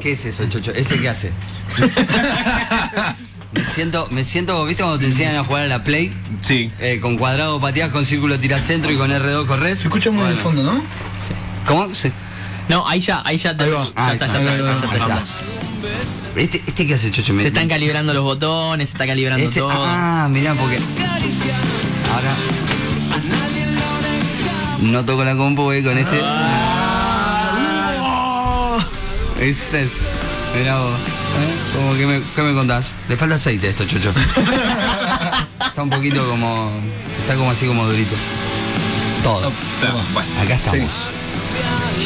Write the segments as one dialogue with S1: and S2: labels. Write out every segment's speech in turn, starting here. S1: ¿Qué es eso, Chocho? ¿Ese qué hace? me siento, me siento, ¿viste cuando te enseñan a jugar a la Play?
S2: Sí.
S1: Eh, con cuadrado pateás, con círculo tirás centro y con R2 corres.
S3: Se escucha muy de
S1: Bueno.
S3: fondo, ¿no?
S4: Sí.
S1: ¿Cómo? Se-
S4: No, ahí ya, ahí ya te-
S3: Ahí va.
S4: ya
S1: Ah,
S4: está,
S1: ahí está,
S4: ya está, ya está,
S1: ahí
S4: ya
S1: está.
S4: está.
S1: ¿Este, este qué hace, Chocho? Me-
S4: Se están
S1: me-
S4: calibrando los botones, se está calibrando
S1: este-
S4: todo.
S1: Ah, mirá, porque... Ahora... No toco la compu, eh, con este...
S4: Ah.
S2: Ah,
S1: Este es... Mirá vos. ¿eh? Como que me, ¿Qué me contás? Le falta aceite a esto, Chocho. está un poquito como... Está como así como durito. Todo.
S2: Está, bueno.
S1: Acá estamos.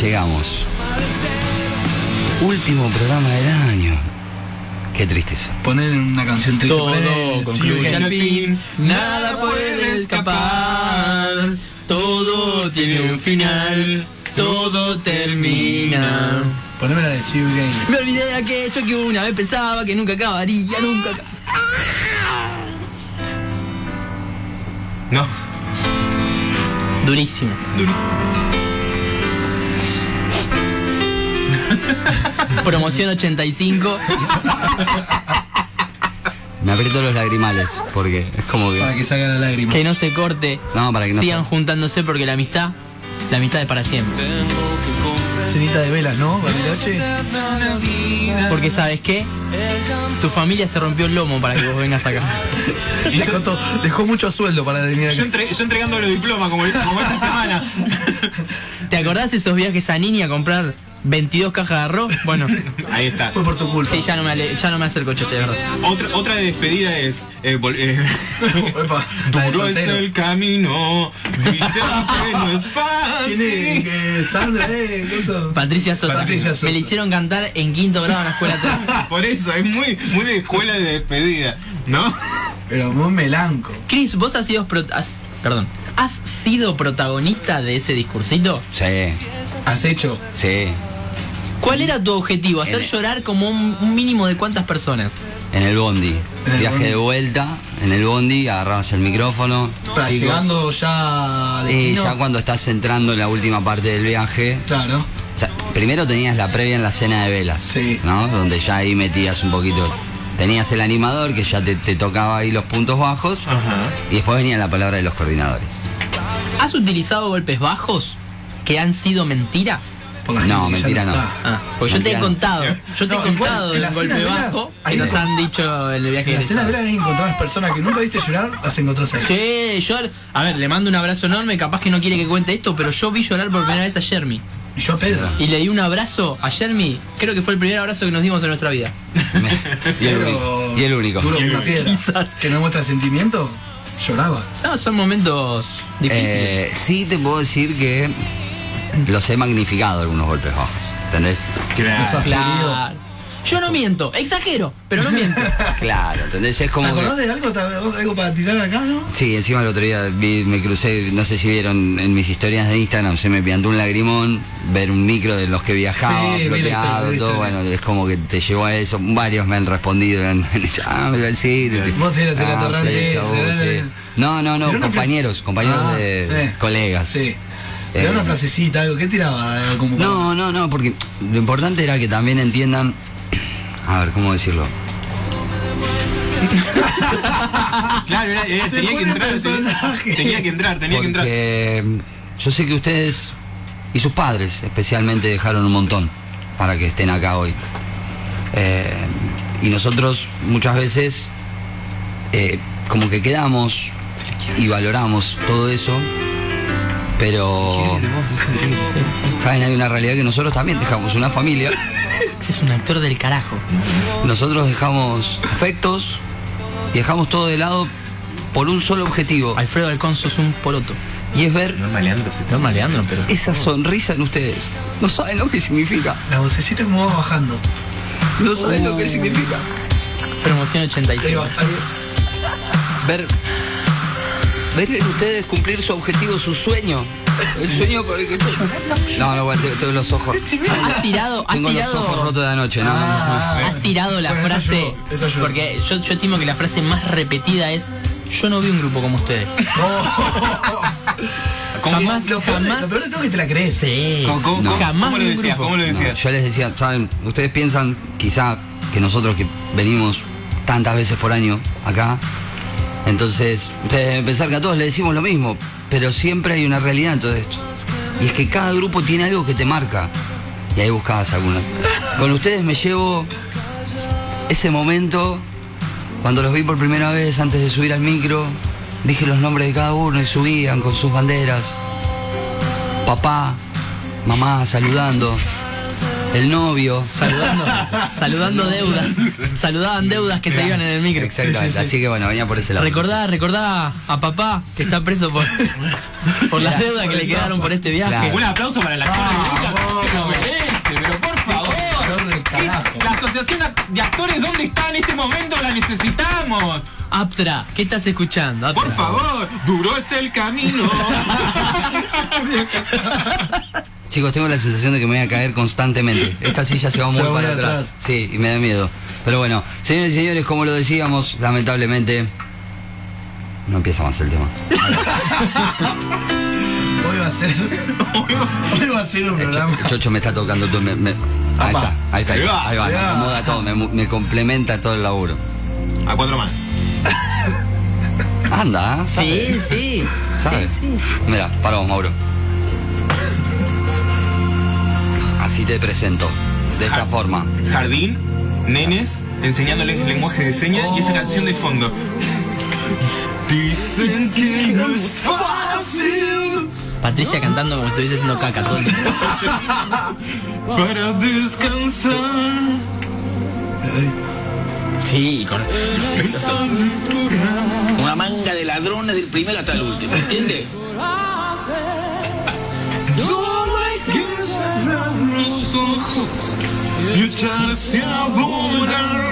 S1: Llegamos. Último programa del año. Qué tristeza.
S3: Poner una canción triste.
S4: Todo
S3: poner-
S4: concluye
S3: sí,
S4: al
S3: ok.
S4: fin, nada puede escapar, todo tiene un final, todo termina.
S3: Poneme la de Sue Game.
S4: Me olvidé de aquello que una vez pensaba que nunca acabaría, nunca. aca-
S2: No,
S4: Durísimo.
S2: durísimo.
S4: Promoción 85.
S1: Me aprieto los lagrimales porque es como
S3: Para
S1: que.
S3: que salga la lágrima.
S4: Que no se corte.
S1: No, para que no
S4: Sigan
S1: se-
S4: juntándose porque la amistad, la amistad es para siempre.
S3: Cenita de velas, ¿no? Bariloche.
S4: Porque sabes qué? Tu familia se rompió el lomo para que vos vengas acá.
S3: Dejó, to- dejó mucho sueldo para venir
S2: Yo,
S3: acá.
S2: entre- yo entregando los diplomas como, como esta semana.
S4: ¿Te acordás esos viajes a Nini a comprar 22 cajas de arroz? Bueno,
S2: Ahí está.
S3: Fue por tu culpa.
S4: sí, ya no me, ale- ya no me acerco, choche, de verdad.
S2: Otra, otra despedida es. eh, vol- eh,
S3: Epa, la de
S2: duro es
S3: soltero.
S2: el camino. Dicen que no es fácil.
S3: Tiene que Sandra, eh, cosa.
S4: Patricia Sosa.
S3: Patricia Sosa.
S4: Me la hicieron cantar en quinto grado en la escuela. atrás.
S2: Por eso, es muy, muy de escuela de despedida, ¿no?
S3: Pero muy melanco.
S4: Chris, vos has sido, pro- has- perdón, has sido protagonista de ese discursito.
S1: Sí,
S3: Has hecho.
S1: sí.
S4: ¿Cuál era tu objetivo? ¿Hacer
S1: En-
S4: llorar como un, un mínimo de cuántas personas?
S1: En el bondi.
S3: En el
S1: Viaje
S3: bondi.
S1: de vuelta, en el bondi, agarrabas el micrófono.
S3: Para
S1: chicos.
S3: llegando ya al
S1: Eh,
S3: destino.
S1: ya cuando estás entrando en la última parte del viaje,
S3: Claro.
S1: O sea, primero tenías la previa en la cena de velas,
S3: Sí.
S1: ¿no? Donde ya ahí metías un poquito. Tenías el animador que ya te, te tocaba ahí los puntos bajos. Y después venía la palabra de los coordinadores.
S4: ¿Has utilizado golpes bajos que han sido mentira?
S3: Por la
S1: No,
S3: gente que
S1: mentira
S3: ya
S1: no.
S3: está.
S4: Ah, porque yo te he
S1: Mentira.
S4: contado, yo te
S3: No,
S4: he
S3: igual,
S4: contado
S3: en
S4: del
S3: la cena
S4: golpe
S3: de velas,
S4: bajo que
S3: ahí
S4: nos
S3: te-
S4: han dicho en el viaje
S3: En la
S4: de
S3: cena de velas encontrabas personas que nunca viste llorar, las encontrás ahí.
S4: Sí, yo, a ver, le mando un abrazo enorme, capaz que no quiere que cuente esto, pero yo vi llorar por primera vez a Jeremy.
S3: Y yo a Pedro.
S4: Y le di un abrazo a Jeremy, creo que fue el primer abrazo que nos dimos en nuestra vida.
S1: y, el
S3: Pedro,
S1: único, y el único.
S3: Duro como una piedra.
S4: Quizás.
S3: Que no muestra sentimiento, lloraba.
S4: No, son momentos difíciles.
S1: Eh, sí te puedo decir que los he magnificado algunos golpes bajos. ¿Entendés?
S2: Claro.
S4: claro. Yo no miento, exagero, pero no miento.
S1: Claro, ¿entendés? Es
S3: ¿Te
S1: como
S3: acordás
S1: que.
S3: de algo? ¿Te- ¿Algo para tirar acá, no?
S1: Sí, encima el otro día vi- me crucé, no sé si vieron en mis historias de Instagram, se me piantó un lagrimón, ver un micro de los que viajaban,
S3: Sí, vi la historia,
S1: bloqueado,
S3: vi la
S1: todo,
S3: historia.
S1: bueno, es como que te llevó a eso, varios me han respondido, han, han dicho, ah, mira, sí, te-
S3: Vos eras el atorrante
S1: flecha, vos,
S3: ese,
S1: sí.
S3: eh.
S1: No, no, no,
S3: Tiró una
S1: compañeros,
S3: frase-
S1: compañeros
S3: Ah,
S1: de
S3: eh.
S1: colegas.
S3: Sí. Tiraba
S1: Eh.
S3: una frasecita, algo. ¿Qué tiraba? Eh, Como
S1: No, no, no, porque lo importante era que también entiendan. A ver, ¿cómo decirlo?
S2: Claro, era- era-
S3: Se
S2: tenía que
S3: pone
S2: entrar.
S3: personaje.
S2: Tenía, tenía que entrar, tenía que entrar.
S1: Porque mm, yo sé que ustedes y sus padres especialmente dejaron un montón para que estén acá hoy. Eh, y nosotros muchas veces eh, como que quedamos y valoramos todo eso, pero saben hay una realidad que nosotros también dejamos una familia.
S4: Es un actor del carajo.
S1: Nosotros dejamos afectos y dejamos todo de lado por un solo objetivo.
S4: Alfredo Alconso es un poroto.
S1: Y es ver
S4: No es maleandro, pero.
S1: esa sonrisa en ustedes. No saben lo que significa.
S3: La vocecita como va bajando.
S1: No saben lo que significa.
S4: Promoción
S3: Ahí
S4: 85.
S3: va, ahí
S1: Ver. Ver en ustedes cumplir su objetivo, su sueño. El sueño por el que. No, no, bueno, tengo, tengo los ojos.
S4: Has tirado, has
S1: Tengo los ojos
S4: tirado. Ah.
S1: rotos de anoche, no, no, no, no.
S3: va.
S4: Has tirado la
S3: Bueno, eso
S4: frase.
S3: ayudó, eso ayudó.
S4: Porque yo, yo estimo que la frase más repetida es. Yo no vi un grupo como ustedes.
S2: ¿Cómo?
S4: Jamás,
S3: Lo peor, de-
S4: jamás.
S3: lo peor de todo es que te la crees.
S4: Sí.
S2: ¿Cómo, cómo-
S1: No.
S2: cómo-
S4: Jamás
S2: cómo lo
S4: vi un
S2: decías?
S4: grupo.
S2: ¿Cómo lo
S1: No,
S2: decías?
S1: yo les decía, saben, ustedes piensan quizá que nosotros que venimos tantas veces por año acá, entonces ustedes deben pensar que a todos le decimos lo mismo, pero siempre hay una realidad en todo esto. Y es que cada grupo tiene algo que te marca. Y ahí buscabas alguna. Con ustedes me llevo ese momento, cuando los vi por primera vez antes de subir al micro, dije los nombres de cada uno y subían con sus banderas. Papá, mamá saludando, el novio.
S4: Saludando, saludando deudas. Saludaban deudas que se iban en el micro.
S1: Exactamente, así que bueno, venía por ese lado.
S4: Recordá, recordá a papá que está preso por, por las deudas que le quedaron por este viaje.
S1: Claro.
S2: Un aplauso para la cara
S3: Bravo.
S2: que lo merece, pero por favor.
S3: calor del carajo.
S2: La asociación de actores, ¿dónde está en este momento? La necesitamos.
S4: Aptra, ¿qué estás escuchando? Aptra?
S2: Por favor, duro es el camino.
S1: Chicos, tengo la sensación de que me voy a caer constantemente. Esta silla se va muy
S3: va muy
S1: para atrás.
S3: atrás.
S1: Sí, y me da miedo. Pero bueno, señores y señores, como lo decíamos, lamentablemente. No empieza más el tema.
S3: Hoy va a ser. Hoy va a ser un
S1: El
S3: programa.
S1: Cho- el Chocho me está tocando tú, me- me- Ahí
S3: Apa.
S1: está, ahí está, ahí
S2: Ahí
S1: va,
S2: va,
S1: ahí va,
S3: ahí
S1: me
S3: va.
S1: acomoda todo, me, me complementa todo el laburo.
S2: A cuatro manos.
S1: Anda, ¿eh? ¿Sabe?
S4: Sí, sí.
S1: ¿Sabe? Mira, paramos, Mauro. Así te presento, de esta forma.
S2: Jardín, nenes, enseñándoles lenguaje de señas y esta canción de fondo. Dicen que no es fácil
S4: Patricia cantando como si estuviese haciendo caca todo el tiempo.
S2: para descansar.
S4: Sí, con.
S5: Una manga de ladrones del primero hasta el último, ¿entiendes?
S2: Solo hay que cerrar los ojos y echarse a volar.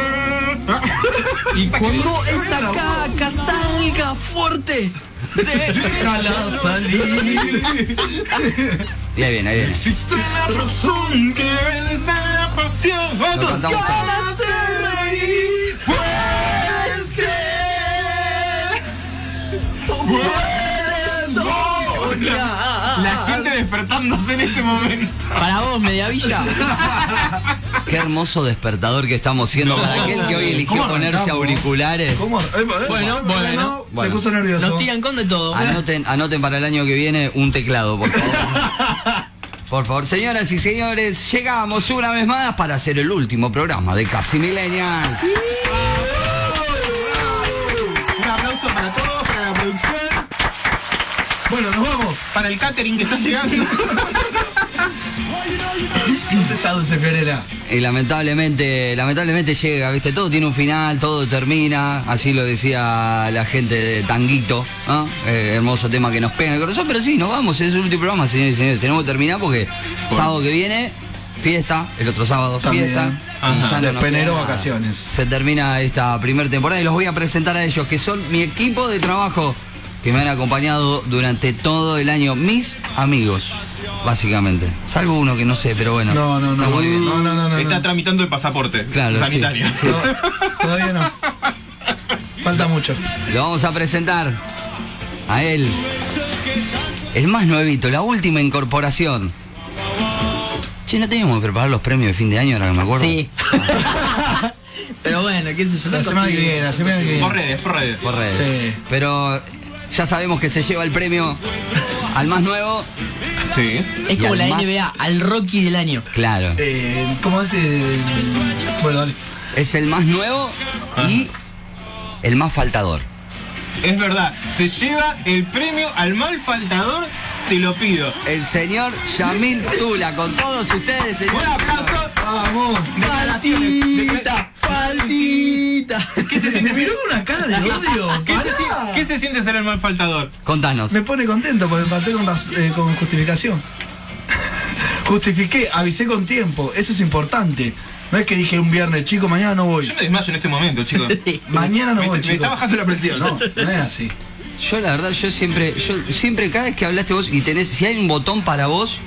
S4: Y cuando esta caca salga fuerte, déjala salir.
S1: Y ahí viene, ahí viene.
S2: Existe una razón que vence la pasión.
S1: Lo
S2: Tus
S1: cantamos todo.
S2: ganas de reír. Puedes creer. Puedes volar. La gente despertándose en este momento.
S4: Ah, Para vos, Mediavilla.
S1: Qué hermoso despertador que estamos siendo para aquel que hoy eligió
S3: ¿Cómo arrancamos?
S1: ponerse auriculares.
S3: ¿Cómo? Eh, eh,
S4: Bueno, bueno,
S1: bueno.
S3: Se puso nervioso.
S4: Nos tiran con de todo.
S1: Anoten, anoten para el año que viene un teclado, por favor. Por favor, señoras y señores, llegamos una vez más para hacer el último programa de Casi Millennials.
S2: Un aplauso para todos, para la producción,
S3: Bueno, nos vamos.
S2: para el catering que está llegando.
S3: ¿Dónde está Dulce Fiorella?
S1: Y lamentablemente, lamentablemente llega, ¿viste? Todo tiene un final, todo termina, así lo decía la gente de Tanguito, ¿ah? Eh, hermoso tema que nos pega en el corazón, pero sí, nos vamos, es el último programa, señores y señores, tenemos que terminar porque sábado que viene, fiesta, el otro sábado,
S3: También.
S1: fiesta. y ya
S2: Ajá.
S1: no nos
S3: Después
S1: queda
S3: enero,
S1: nada.
S3: vacaciones.
S1: Se termina esta primera temporada y los voy a presentar a ellos, que son mi equipo de trabajo, que me han acompañado durante todo el año, mis amigos, básicamente. Salvo uno que no sé, pero bueno.
S3: No, no, no.
S1: Está muy bien.
S3: No, no, no, no.
S2: Ah, Está
S3: no.
S2: tramitando el pasaporte
S1: Claro,
S2: sanitario.
S1: sí, sí.
S3: No, todavía no. Falta mucho.
S1: Lo vamos a presentar a él. El más nuevito, la última incorporación. Che, no teníamos que preparar los premios de fin de año, ahora que me acuerdo.
S4: Sí. Pero bueno, qué sé yo, son
S3: La semana que
S4: cositas.
S3: viene, la semana que
S2: Por
S3: viene.
S2: redes, por redes.
S1: Por redes.
S3: Sí.
S1: Pero ya sabemos que se lleva el premio al más nuevo.
S2: Sí.
S4: Es
S1: Y
S4: como la
S1: además-
S4: NBA, al Rocky del año.
S1: Claro.
S3: Eh, ¿Cómo hace? Bueno, dale.
S1: Es el más nuevo y el más faltador.
S2: Es verdad, se lleva el premio al mal faltador, te lo pido.
S1: El señor Yamil Tula, con todos ustedes,
S2: Un
S1: señor.
S2: aplauso.
S3: Vamos.
S2: Faltita,
S3: faltita.
S2: ¿Qué se siente
S3: Me miró
S2: ser-
S3: una cara de odio.
S2: ¿Qué se,
S3: Pará.
S2: si- qué se siente ser el mal faltador?
S1: Contanos.
S3: Me pone contento porque falté con, raz- eh, con justificación. Justifiqué, avisé con tiempo, eso es importante. No es que dije un viernes, chico, mañana no voy.
S2: Yo me desmayo en este momento, chicos.
S3: Mañana no
S2: me,
S3: voy,
S2: me
S3: chico.
S2: está bajando la presión.
S3: No, no es así.
S1: Yo la verdad, yo siempre, yo siempre cada vez que hablaste vos y tenés, si hay un botón para vos,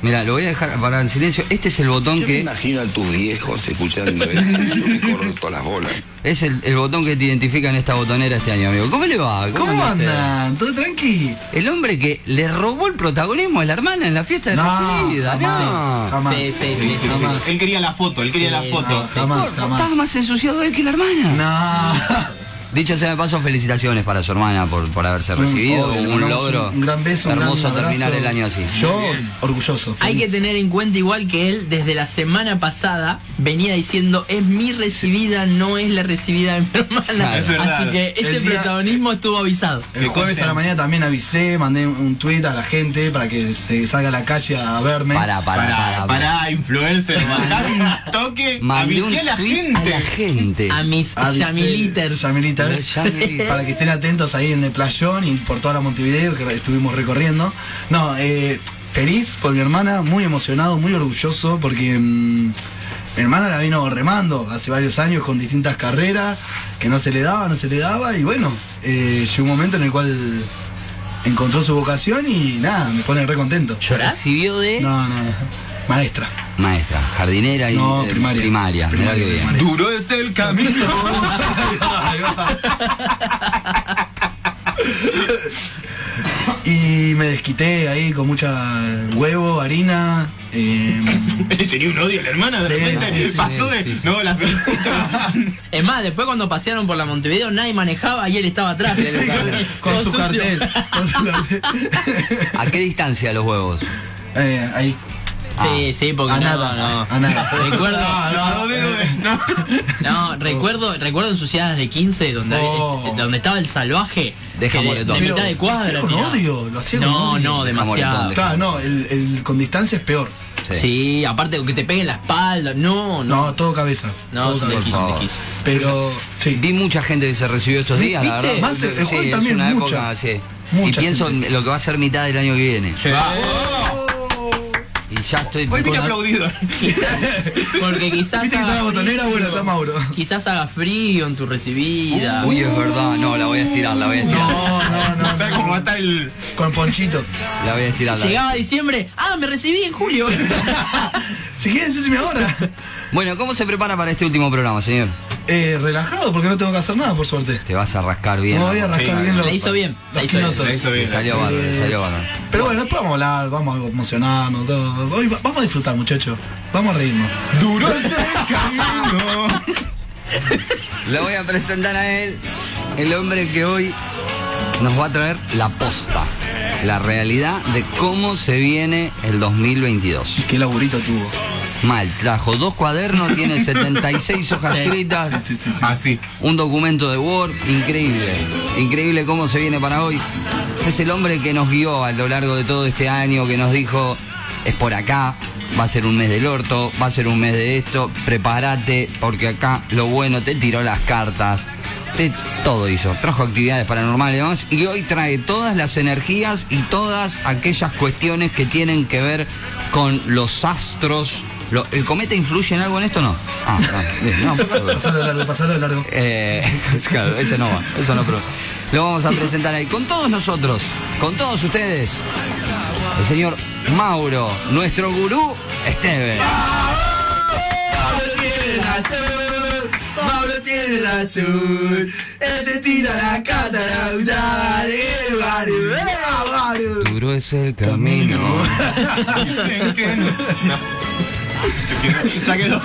S1: Mira, lo voy a dejar para en silencio. Este es el botón
S6: Yo me
S1: que
S6: imagino a tus viejos escuchando esto. Yo me corro todas las bolas.
S1: es el, el botón que te identifica en esta botonera este año, amigo. ¿Cómo le va?
S3: ¿Cómo
S1: usted?
S3: andan? ¿Todo tranqui?
S1: El hombre que le robó el protagonismo a la hermana en la fiesta de
S3: No,
S1: recibida.
S3: jamás, jamás.
S4: Sí, sí, sí,
S3: No más.
S2: Él quería la foto, él quería
S4: Sí,
S2: la foto.
S4: sí,
S3: Jamás,
S1: No. Estaba
S3: jamás.
S1: más ensuciado él que la hermana.
S3: No.
S1: Dicho sea de paso, felicitaciones para su hermana por, por haberse recibido.
S3: Mm, Obvio, le
S1: un
S3: mandamos
S1: logro.
S3: Oh, Un gran beso, un
S1: hermoso
S3: gran
S1: terminar
S3: abrazo.
S1: el año así.
S3: Yo, orgulloso.
S4: Hay que
S3: feliz.
S4: tener en cuenta igual que él, desde la semana pasada venía diciendo es mi recibida, no es la recibida de mi hermana.
S1: Claro. Es
S2: verdad.
S4: Así que ese
S3: El día-
S4: protagonismo estuvo avisado.
S3: El jueves a la mañana también avisé, mandé un tweet a la gente para que se salga a la calle a verme.
S1: Para, para, para.
S2: Pará, pará, influencer, mandá un toque,
S1: Mandé un
S2: avisé a la
S1: tuit
S2: gente.
S1: a la gente.
S4: A mis Yamiliters.
S3: Avisé- Yamiliters.
S1: Los Yamiliters.
S3: para que estén atentos ahí en el playón y por toda la Montevideo que estuvimos recorriendo. No, eh, feliz por mi hermana, muy emocionado, muy orgulloso porque mm, mi hermana la vino remando hace varios años con distintas carreras que no se le daba, no se le daba y bueno, eh, llegó un momento en el cual encontró su vocación y nada, me pone re contento.
S4: ¿Llorás?
S1: Recibió de
S3: No, no, no. Maestra.
S1: maestra, jardinera y
S3: No,
S1: eh,
S3: primaria.
S1: primaria. Mirá
S3: Primaria,
S1: qué bien.
S3: primaria.
S2: Duro es el camino.
S3: Y me desquité ahí con mucha huevo, harina. eh,
S2: Tenía un odio a la hermana, de
S3: Sí,
S2: repente
S3: sí, sí,
S2: pasó de.
S1: sí, sí.
S2: No, la felicito.
S4: Es más, después cuando pasearon por la Montevideo nadie manejaba y él estaba atrás. del carro.
S3: con
S4: Todo
S3: su
S4: sucio.
S3: cartel. Con su cartel.
S1: ¿A qué distancia los huevos?
S3: Eh, ahí.
S4: Sí, sí, porque
S3: Ah. A
S4: no,
S3: nada.
S4: no.
S3: A nada.
S4: Recuerdo,
S2: A dos dedos de- no.
S4: no, recuerdo, recuerdo ensuciadas de 15 donde, había-
S3: Oh.
S4: donde estaba el salvaje.
S1: Deja
S4: que de,
S1: moretón.
S4: de mitad de
S3: Pero,
S4: cuadra.
S3: lo hacía con
S4: tiraba.
S3: odio, lo hacía con
S4: no,
S3: odio.
S4: no,
S1: Deja
S4: demasiado.
S1: moretón,
S3: Está, no, el, el con distancia es peor.
S1: Sí.
S4: Sí, aparte que te peguen la espalda. No, no.
S3: No, todo cabeza.
S4: No,
S3: todo
S4: es un
S3: cabeza.
S1: por
S4: desquicio, un
S1: favor.
S4: desquicio.
S3: Pero, sí.
S1: Vi mucha gente que se recibió estos días, la
S4: ¿Viste?
S1: verdad.
S3: Más el- el jueves
S1: sí,
S3: también,
S1: es una
S3: mucha.
S1: época, sí. Y
S3: Mucha
S1: pienso en lo que va a ser mitad del año que viene.
S3: Oh,
S1: Y ya estoy.
S2: Hoy vine
S1: con-
S2: aplaudido.
S4: Porque quizás.
S3: Viste que estaba
S4: haga
S3: botonera,
S4: frío.
S3: bueno, está Mauro.
S4: Quizás haga frío en tu recibida.
S1: Uy, es verdad. No, la voy a estirar, la voy a estirar.
S3: No, no, no.
S2: ¿Sabes cómo va a estar el.?
S3: Con ponchito.
S1: La voy a estirar. la-
S4: Llegaba diciembre. Ah, me recibí en julio.
S3: Si quieren, me ahora.
S1: Bueno, ¿cómo se prepara para este último programa, señor?
S3: Eh, relajado, porque no tengo que hacer nada, por suerte.
S1: Te vas a rascar bien.
S3: Me voy a
S1: ¿no?
S3: rascar
S2: Sí,
S3: bien los.
S4: la hizo bien, la
S3: Los
S4: hizo bien,
S3: quinotos.
S2: la hizo bien.
S1: Te salió bárbaro, te salió bárbaro.
S3: Pero bueno, después vamos a hablar, vamos a emocionarnos, todo. Hoy va- vamos a disfrutar, muchachos. Vamos a reírnos.
S2: Duro es el camino.
S1: Le voy a presentar a él, el hombre que hoy nos va a traer la posta, la realidad de cómo se viene el 2022.
S3: Qué laburito tuvo.
S1: Mal, trajo dos cuadernos, tiene 76 hojas
S4: Sí.
S1: escritas,
S3: Sí, sí, sí.
S2: Así.
S1: un documento de Word, increíble, increíble cómo se viene para hoy. Es el hombre que nos guió a lo largo de todo este año, que nos dijo, es por acá, va a ser un mes del orto, va a ser un mes de esto, prepárate, porque acá lo bueno te tiró las cartas, te todo hizo, trajo actividades paranormales y demás, y hoy trae todas las energías y todas aquellas cuestiones que tienen que ver con los astros. Lo- ¿El cometa influye en algo en esto o no? Ah, no, bien, no, perdón.
S3: Pasalo de largo, pasalo de largo.
S1: Eh, claro, eso no va, eso no pero Lo vamos a presentar ahí con todos nosotros, con todos ustedes. El señor Mauro, nuestro gurú Esteves.
S3: Pablo tiene azul, Pablo tiene azul. Él te tira la catarauta del barrio. ¡Vea, barrio!
S1: Duro es el camino.
S2: Dicen que no. No. Ya quedó.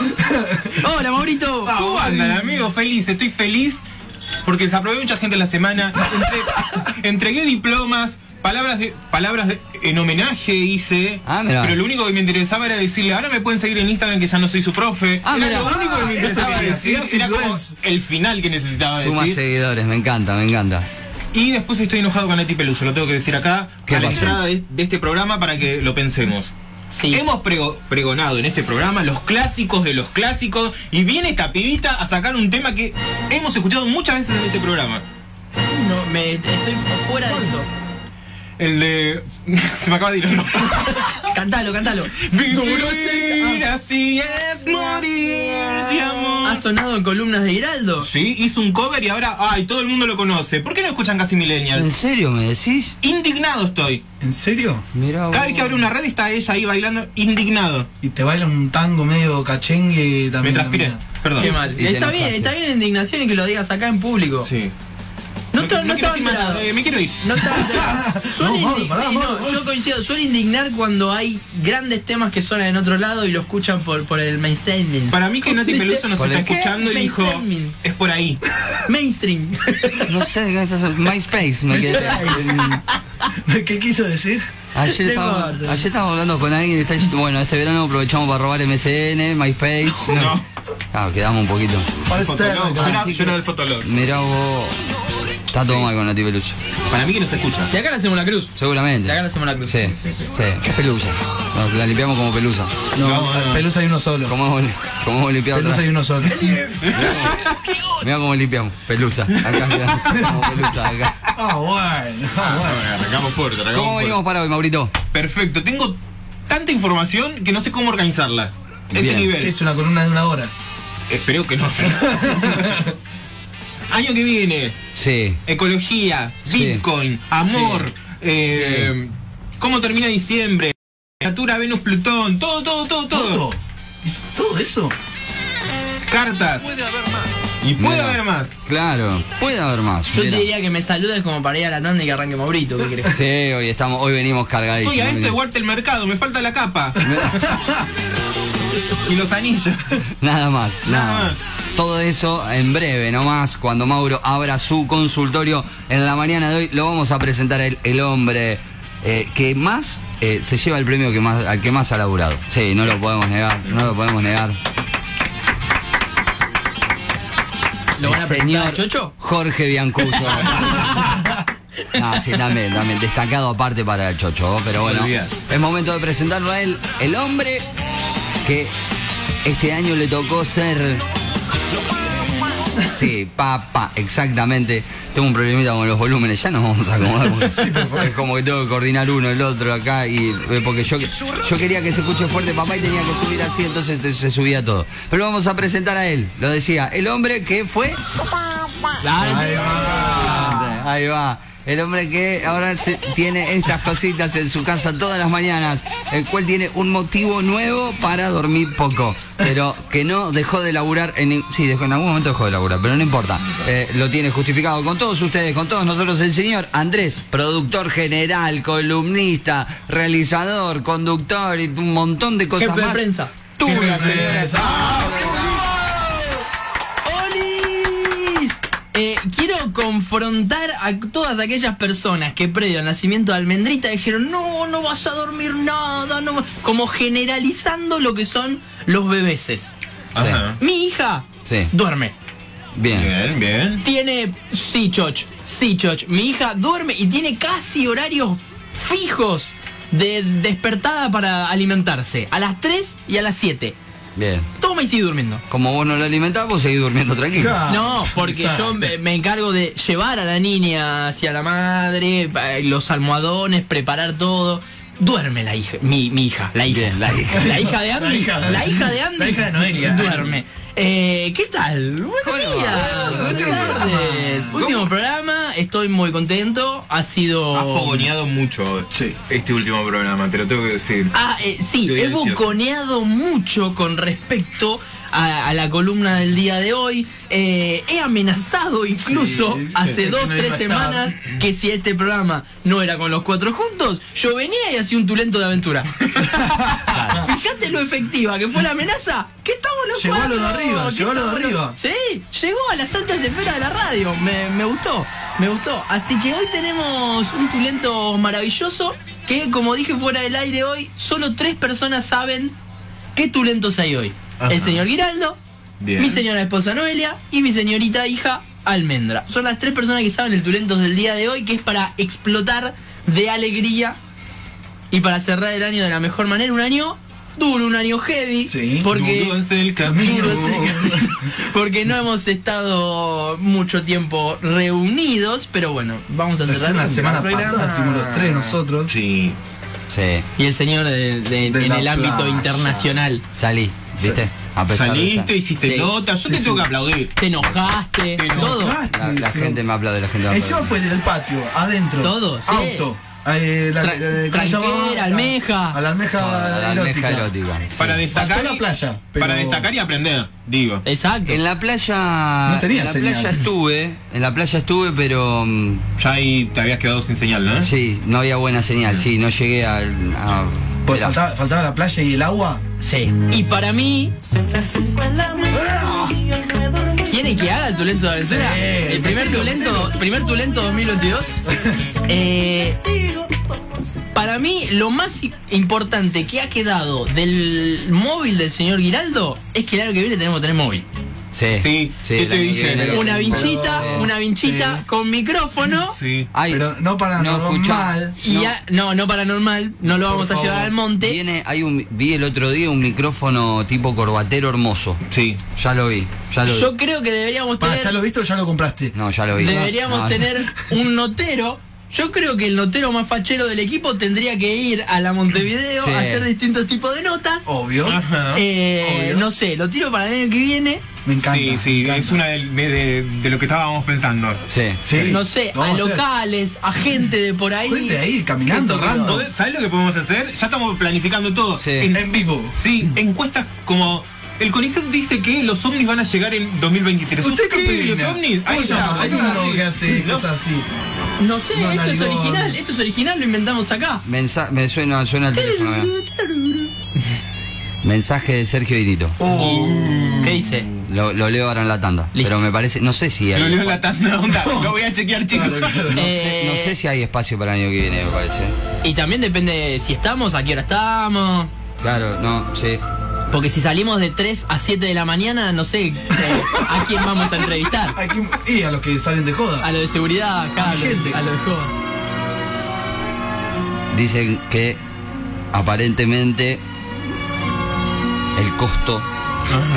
S4: Hola, Maurito.
S2: ¿Cómo andan, amigo? Feliz, estoy feliz porque desaprobé mucha gente en la semana. Entre- entregué diplomas, palabras de, palabras de- en homenaje hice.
S1: Ah, mirá.
S2: pero lo único que me interesaba era decirle, ahora me pueden seguir en Instagram que ya no soy su profe.
S1: Ah,
S2: Era
S1: mirá.
S2: lo único que me
S3: Ah,
S2: interesaba
S3: eso quería,
S2: decir
S3: sí,
S2: era como
S3: influencer.
S2: el final que necesitaba
S1: Suma
S2: decir.
S1: seguidores, me encanta, me encanta.
S2: Y después estoy enojado con Nati Peluso, lo tengo que decir acá,
S1: ¿Qué
S2: a la
S1: pasó?
S2: entrada de, de este programa para que lo pensemos.
S4: Sí.
S2: Hemos prego- pregonado en este programa los clásicos de los clásicos y viene esta pibita a sacar un tema que hemos escuchado muchas veces en este programa.
S4: No, me estoy fuera de esto.
S2: El de... Se me acaba de ir el nombre.
S4: Cantalo, cantalo.
S1: Ah.
S2: Vivir así es morir de amor.
S4: Así sonado en columnas de Giraldo.
S2: Sí, hizo un cover y ahora, ay, todo el mundo lo conoce. ¿Por qué no escuchan casi
S1: ¿En
S2: millennials?
S1: serio me decís?
S2: Indignado estoy.
S3: ¿En serio?
S1: Mirá
S2: Cada
S1: vos.
S2: vez que abre una red está ella ahí bailando indignado.
S3: Y te bailan un tango medio cachengue también.
S2: Me transpiré.
S3: también.
S2: Perdón.
S4: Qué mal.
S1: Y te
S4: Está bien,
S1: enojaste.
S4: está bien la indignación y que lo digas acá en público.
S2: Sí.
S4: No, te-
S2: quiero
S4: no, estaba
S2: decir más
S4: enterado.
S2: nada, eh, me quiero ir.
S4: No estaba enterado. Suele
S3: No, Mauro,
S4: indi-
S3: pará,
S4: sí, no,
S3: Mauro.
S4: yo coincido, suele indignar cuando hay grandes temas que suenan en otro lado y lo escuchan por, por el mainstream.
S2: Para mí que
S4: ¿Cómo
S2: Nati
S4: se dice?
S2: Peluso nos
S1: Por
S2: está
S1: el- ¿Qué?
S2: escuchando y dijo,
S4: Mainstreaming.
S2: es por ahí.
S4: Mainstream.
S1: No sé, gracias a MySpace me quedé.
S3: ¿Qué quiso decir?
S1: Ayer estaba,
S4: Te corto.
S1: ayer estaba hablando con alguien y está diciendo, bueno, este verano aprovechamos para robar MSN, MySpace.
S2: No.
S1: Claro, quedamos un poquito.
S3: Parece
S2: Fotolog. Yo era-
S1: Así
S2: Yo era
S1: que-
S2: del Fotolog.
S1: Mirá vos. Está todo mal con la Peluso.
S2: Para mí que nos escucha.
S4: Y acá le hacemos la cruz.
S1: Seguramente.
S4: Y acá le hacemos la cruz.
S1: Sí, sí. Es pelusa. Nos la limpiamos como pelusa.
S3: No,
S2: No, no, no.
S3: Pelusa hay uno solo.
S1: ¿Cómo hemos, cómo hemos limpiado
S3: Pelusa
S1: otra?
S3: hay uno solo.
S1: Mirá cómo limpiamos. Pelusa. Acá, mirá, como pelusa acá.
S3: Ah, bueno. ah, bueno.
S2: Arrancamos fuerte,
S1: ¿Cómo
S2: fuerte.
S1: venimos para hoy, Maurito?
S2: Perfecto, tengo tanta información que no sé cómo organizarla. Ese
S1: Bien.
S3: ¿Qué
S2: nivel.
S3: es una columna de una hora?
S2: Espero que no. Año que viene,
S1: Sí.
S2: ecología,
S1: Sí.
S2: Bitcoin, amor, eh, cómo termina diciembre, natura Venus, Plutón, todo, todo, todo, todo.
S3: ¿Todo? ¿Todo eso?
S2: Cartas. Y puede
S1: Mira.
S2: haber más.
S1: Claro. Puede haber más.
S4: Yo
S1: Mira.
S4: te diría que me saludes como para ir a la tanda y que arranque Maurito. ¿Qué crees?
S1: Sí, hoy estamos, hoy venimos cargadísimos.
S2: Estoy a este
S1: venimos-
S2: guardar el mercado, me falta la capa. y los anillos.
S1: Nada más, nada,
S2: Nada
S1: más. Todo eso en breve, nomás, cuando Mauro abra su consultorio en la mañana de hoy, lo vamos a presentar el, el hombre eh, que más eh, se lleva el premio que más, al que más ha laburado. Sí, no lo podemos negar, no lo podemos negar.
S4: ¿Lo van a
S1: El
S4: presentar a
S1: señor
S4: Chocho?
S1: Jorge Biancuso. Ah, sí, también, también, destacado aparte para el Chocho, pero bueno,
S2: Olvidar.
S1: es momento de presentarlo a él, el hombre que este año le tocó ser... Sí, papá, exactamente. Tengo un problemita con los volúmenes, ya nos vamos a acomodar. porque es como que tengo que coordinar uno, el otro acá, y eh, porque yo, yo quería que se escuche fuerte papá y tenía que subir así, entonces te- se subía todo. Pero vamos a presentar a él, lo decía, el hombre que fue... Ahí va. Ahí va. El hombre que ahora se- tiene estas cositas en su casa todas las mañanas, el cual tiene un motivo nuevo para dormir poco, pero que no dejó de laburar en... nin- Sí, dejó, en algún momento dejó de laburar, pero no importa. Eh, lo tiene justificado con todos ustedes, con todos nosotros, el señor Andrés, productor general, columnista, realizador, conductor y un montón de cosas
S4: Jefe de
S1: más.
S4: prensa.
S1: Tú,
S3: Jefe de
S1: la señora.
S3: prensa.
S4: ¡Olis! Eh, quiero confrontar a todas aquellas personas que previo al nacimiento de Almendrita dijeron no, no vas a dormir nada, no va-", como generalizando lo que son los bebeses.
S1: Sí.
S2: Ajá.
S4: Mi hija
S1: Sí.
S4: duerme.
S1: Bien.
S2: Bien, bien.
S4: Tiene, sí, Choch, sí, Choch. Mi hija duerme y tiene casi horarios fijos de despertada para alimentarse. A las 3 y a las 7.
S1: Bien.
S4: Toma y sigue durmiendo.
S1: Como vos no lo alimentás, vos seguís durmiendo tranquilo.
S3: Claro. Ah,
S4: No, porque yo
S3: exacto.
S4: me, me encargo de llevar a la niña hacia la madre, eh, los almohadones, preparar todo. Duerme la hija, mi, mi hija, la hija.
S1: Bien, la hija.
S4: La hija de Andy. La hija
S3: hija
S4: de,
S3: de-
S4: Andy.
S3: la hija de Noelia.
S4: Duerme. Eh, ¿Qué tal? Buenos
S1: Bueno,
S4: días.
S1: bueno,
S4: Buenas
S1: último
S4: tardes. Último programa, estoy muy contento. Ha sido.
S2: Ha fogoneado mucho
S3: Sí.
S2: este último programa, te lo tengo que decir.
S4: Ah, eh, sí,
S2: Estoy
S4: he
S2: ansioso.
S4: buconeado mucho con respecto a, a la columna del día de hoy. Eh, he amenazado incluso
S3: Sí,
S4: hace
S3: es que
S4: dos,
S3: no iba
S4: tres
S3: a estar.
S4: semanas que si este programa no era con los cuatro juntos, yo venía y hacía un tulento de aventura. Fíjate lo efectiva que fue la amenaza. Que estamos los
S3: Llegó a
S4: cuatro.
S3: lo de arriba,
S4: que
S3: llegó a lo de
S4: estamos los-
S3: arriba.
S4: Sí, llegó a las altas esferas de la radio. Me, me gustó, me gustó. Así que hoy tenemos un tulento maravilloso que, como dije fuera del aire hoy, solo tres personas saben qué tulentos hay hoy.
S2: Ajá.
S4: El señor Giraldo,
S2: Bien.
S4: mi señora esposa Noelia y mi señorita hija Almendra. Son las tres personas que saben el tulentos del día de hoy, que es para explotar de alegría y para cerrar el año de la mejor manera. Un año duro, un año heavy.
S3: Sí,
S4: porque...
S2: Dudo es el
S4: Yo
S2: camino.
S4: sé que- Porque no hemos estado mucho tiempo reunidos, pero bueno, vamos a cerrar.
S3: Recién la
S4: el
S3: semana
S4: programa.
S3: pasada estuvimos los tres nosotros.
S2: Sí.
S1: Sí.
S4: Y el señor de- de-
S3: De
S4: en
S3: la
S4: el ámbito
S3: playa.
S4: internacional.
S1: Salí, ¿viste? A pesar de
S2: Saliste,
S1: estar-
S2: hiciste
S4: Sí.
S2: nota, yo te tengo que aplaudir.
S4: Te enojaste,
S2: Te
S4: todo.
S3: enojaste,
S1: La, la
S3: sí.
S1: gente me habla de la gente. me
S3: Encima
S1: aplaude.
S3: fue del patio, adentro.
S4: Todo, sí.
S3: Auto. Eh, la,
S4: Tra-
S3: eh, ¿cómo se llamaba?
S4: tranquera,
S3: La-
S4: almeja.
S3: A la almeja
S1: Ah, la
S3: erótica.
S1: almeja erótica. sí.
S2: Para destacar.
S3: Faltó la playa, pero-
S2: Para destacar y aprender, digo.
S4: Exacto.
S1: En la playa.
S3: No tenía
S1: en la
S3: señal.
S1: playa estuve. En la playa estuve, pero. mm,
S2: Ya ahí te habías quedado sin señal, ¿no?
S1: Sí, no había buena señal. Sí, no llegué al- a.
S3: Pues
S1: era-
S3: faltaba, faltaba la playa y el agua.
S4: Sí. Y para mí. ¿Quieren que haga el Tulento de Avesera?
S3: Sí,
S4: el primer
S3: metelo,
S4: Tulento, primer Tulento 2022. Eh, para mí, lo más i- importante que ha quedado del móvil del señor Giraldo es que el año que viene tenemos que tener móvil.
S1: Sí.
S2: Sí, ¿qué
S1: el
S2: te
S1: año que
S2: dije?
S1: viene.
S4: Una
S3: sí,
S4: vinchita,
S3: pero-
S4: una vinchita
S3: sí.
S4: con micrófono.
S2: Sí.
S1: Ay,
S3: Pero no paranormal.
S1: escuchá,
S4: Y
S1: no.
S4: a- no, no paranormal, no lo vamos a
S3: favor.
S4: llevar al monte.
S1: Viene, hay un, vi el otro día un micrófono tipo corbatero hermoso.
S2: Sí.
S1: Ya lo vi, ya lo
S4: Yo
S1: vi.
S4: creo que deberíamos
S3: Para,
S4: tener.
S3: ¿ya lo viste o ya lo compraste?
S1: No, ya lo vi.
S4: Deberíamos
S1: No, no.
S4: tener un notero. Yo creo que el notero más fachero del equipo tendría que ir a la Montevideo
S1: Sí.
S4: a hacer distintos tipos de notas.
S3: Obvio.
S2: Ajá.
S4: Eh,
S3: obvio.
S4: no sé, lo tiro para el año que viene.
S3: Me encanta.
S2: sí, sí,
S3: me
S2: es
S3: encanta.
S2: una de, de- de- de lo que estábamos pensando.
S1: Sí.
S3: Sí,
S4: No sé,
S3: lo
S4: a
S3: vamos hacer.
S4: locales, a gente de por ahí.
S3: Gente ahí, caminando,
S4: Gente que
S3: random.
S2: Pode- ¿Sabés lo que podemos hacer? Ya estamos planificando todo.
S1: Sí.
S2: En-
S3: En vivo.
S2: sí, encuestas como. El CONICET dice que los ovnis van a llegar en 2023.
S3: ¿Usted qué
S2: cree
S3: opina?
S2: los ovnis?
S3: ¿Cómo
S2: Ahí
S3: se llama?
S2: está,
S3: Hay
S2: cosas
S3: uno
S2: así.
S3: que hace
S2: ¿No?
S3: cosas así.
S4: No sé, esto
S3: No,
S4: es
S3: narigón.
S4: original, esto es original, lo inventamos acá.
S1: Mensa- me suena, suena el teléfono. mirá. Mensaje de Sergio Dirito.
S3: Mm.
S4: ¿Qué dice?
S1: Lo, lo leo ahora en la tanda.
S4: Listo.
S1: Pero me parece, no sé si hay.
S2: Lo leo en la tanda onda. Lo voy a chequear, chicos.
S3: Claro, claro.
S1: No, sé, no sé si hay espacio para el año que viene, me parece.
S4: Y también depende si estamos, a qué hora estamos.
S1: Claro, no, sí.
S4: Porque si salimos de 3 a 7 de la mañana, no sé eh, a quién vamos a entrevistar.
S3: Hay que- y a los que salen de joda.
S4: A lo de seguridad, acá, a lo,
S3: Gente.
S4: a lo de joven.
S1: Dicen que aparentemente el costo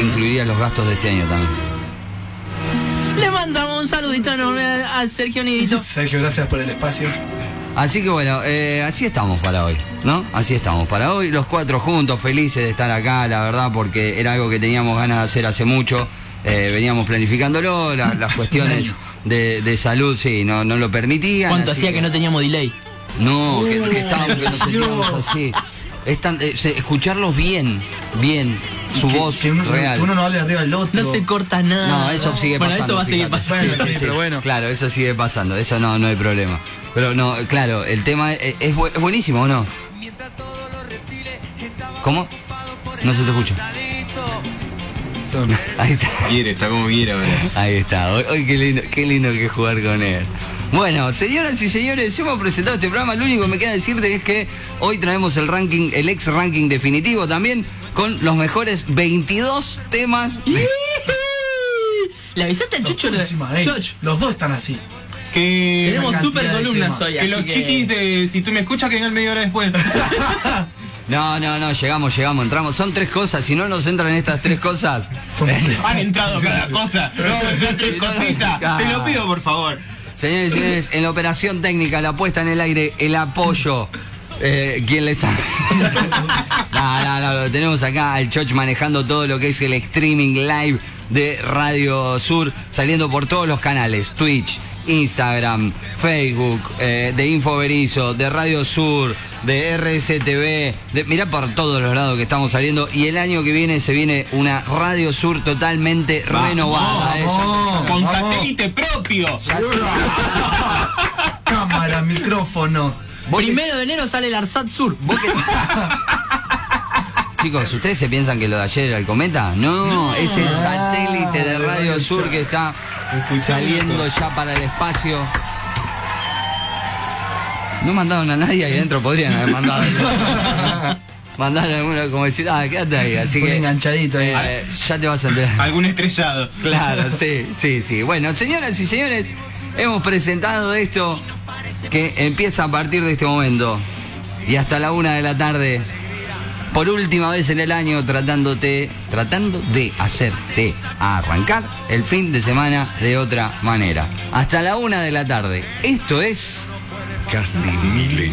S1: incluiría los gastos de este año también.
S4: Le mandamos un saludito enorme a Sergio Nidito.
S3: Sergio, gracias por el espacio.
S1: Así que bueno, eh, así estamos para hoy, ¿no? Así estamos para hoy, los cuatro juntos, felices de estar acá, la verdad, porque era algo que teníamos ganas de hacer hace mucho, eh, veníamos planificándolo, la- las cuestiones de, de salud, sí, no, no lo permitían.
S4: ¿Cuánto
S1: así eh.
S4: hacía que no Uh, teníamos delay?
S1: No, que, que estábamos, que nos sentíamos
S3: No.
S1: así. Es tan- eh, se- escucharlos bien, bien, su
S3: Que-
S1: voz
S3: que uno,
S1: real.
S3: que uno no hable arriba del otro.
S4: No se corta nada.
S1: No, eso sigue
S4: Ah. bueno,
S1: pasando.
S4: eso va a seguir
S1: fíjate.
S4: pasando.
S3: Bueno, sí, pero bueno.
S1: Claro, eso sigue pasando, eso no, no hay problema. Pero no, claro, el tema es, es bu- es buenísimo, ¿o no? ¿Cómo? No se te escucha.
S3: Son-
S1: Ahí está.
S2: Quiere, está como quiera, ahora.
S1: Ahí está. Hoy, hoy qué lindo, qué lindo que jugar con él. Bueno, señoras y señores, hemos presentado este programa. Lo único que me queda decirte es que hoy traemos el ranking, el ex ranking definitivo también, con los mejores 22 temas. de-
S4: ¿Le avisaste al Chocho?
S3: Los, encima, eh,
S4: Chocho,
S3: los dos están así.
S2: Que.
S4: tenemos
S3: cantidad
S4: super columnas
S3: de
S4: hoy.
S2: Que
S4: así
S2: los
S4: que-
S2: chiquis de si tú me escuchas que vengan media hora después.
S1: No, no, no, llegamos, llegamos, entramos. Son tres cosas. Si no nos entran estas tres cosas,
S3: Son
S2: Han entrado cada cosa. No, entró tres cositas. Se lo pido por favor.
S1: Señores y señores, en la operación técnica, la puesta en el aire, el apoyo. eh, ¿Quién les ha... no, no, no, lo tenemos acá al Choch manejando todo lo que es el streaming live de Radio Sur, saliendo por todos los canales, Twitch, Instagram, Facebook, eh, de Infoberizo, de Radio Sur, de RSTV, de, mirá por todos los lados que estamos saliendo y el año que viene se viene una Radio Sur totalmente renovada. eso.
S2: Con
S3: Vamos.
S2: satélite propio.
S3: Cámara, micrófono.
S4: Primero de enero sale el Arsat Sur.
S1: Chicos, ¿ustedes se piensan que lo de ayer era el cometa? No, es el satélite de
S3: de
S1: Radio
S3: Radio
S1: Sur
S3: Sur.
S1: que está saliendo ya para el espacio. No mandaron a nadie ahí adentro, podrían haber mandado. mandaron a alguno como decir, ah, quédate ahí, así
S3: Un
S1: que.
S3: enganchadito ahí.
S1: eh, ya te vas a enterar.
S2: Algún estrellado.
S1: Claro, sí, sí, sí. Bueno, señoras y señores, hemos presentado esto que empieza a partir de este momento y hasta la una de la tarde. Por última vez en el año tratándote, tratando de hacerte arrancar el fin de semana de otra manera. Hasta la una de la tarde. Esto es
S7: Casi miles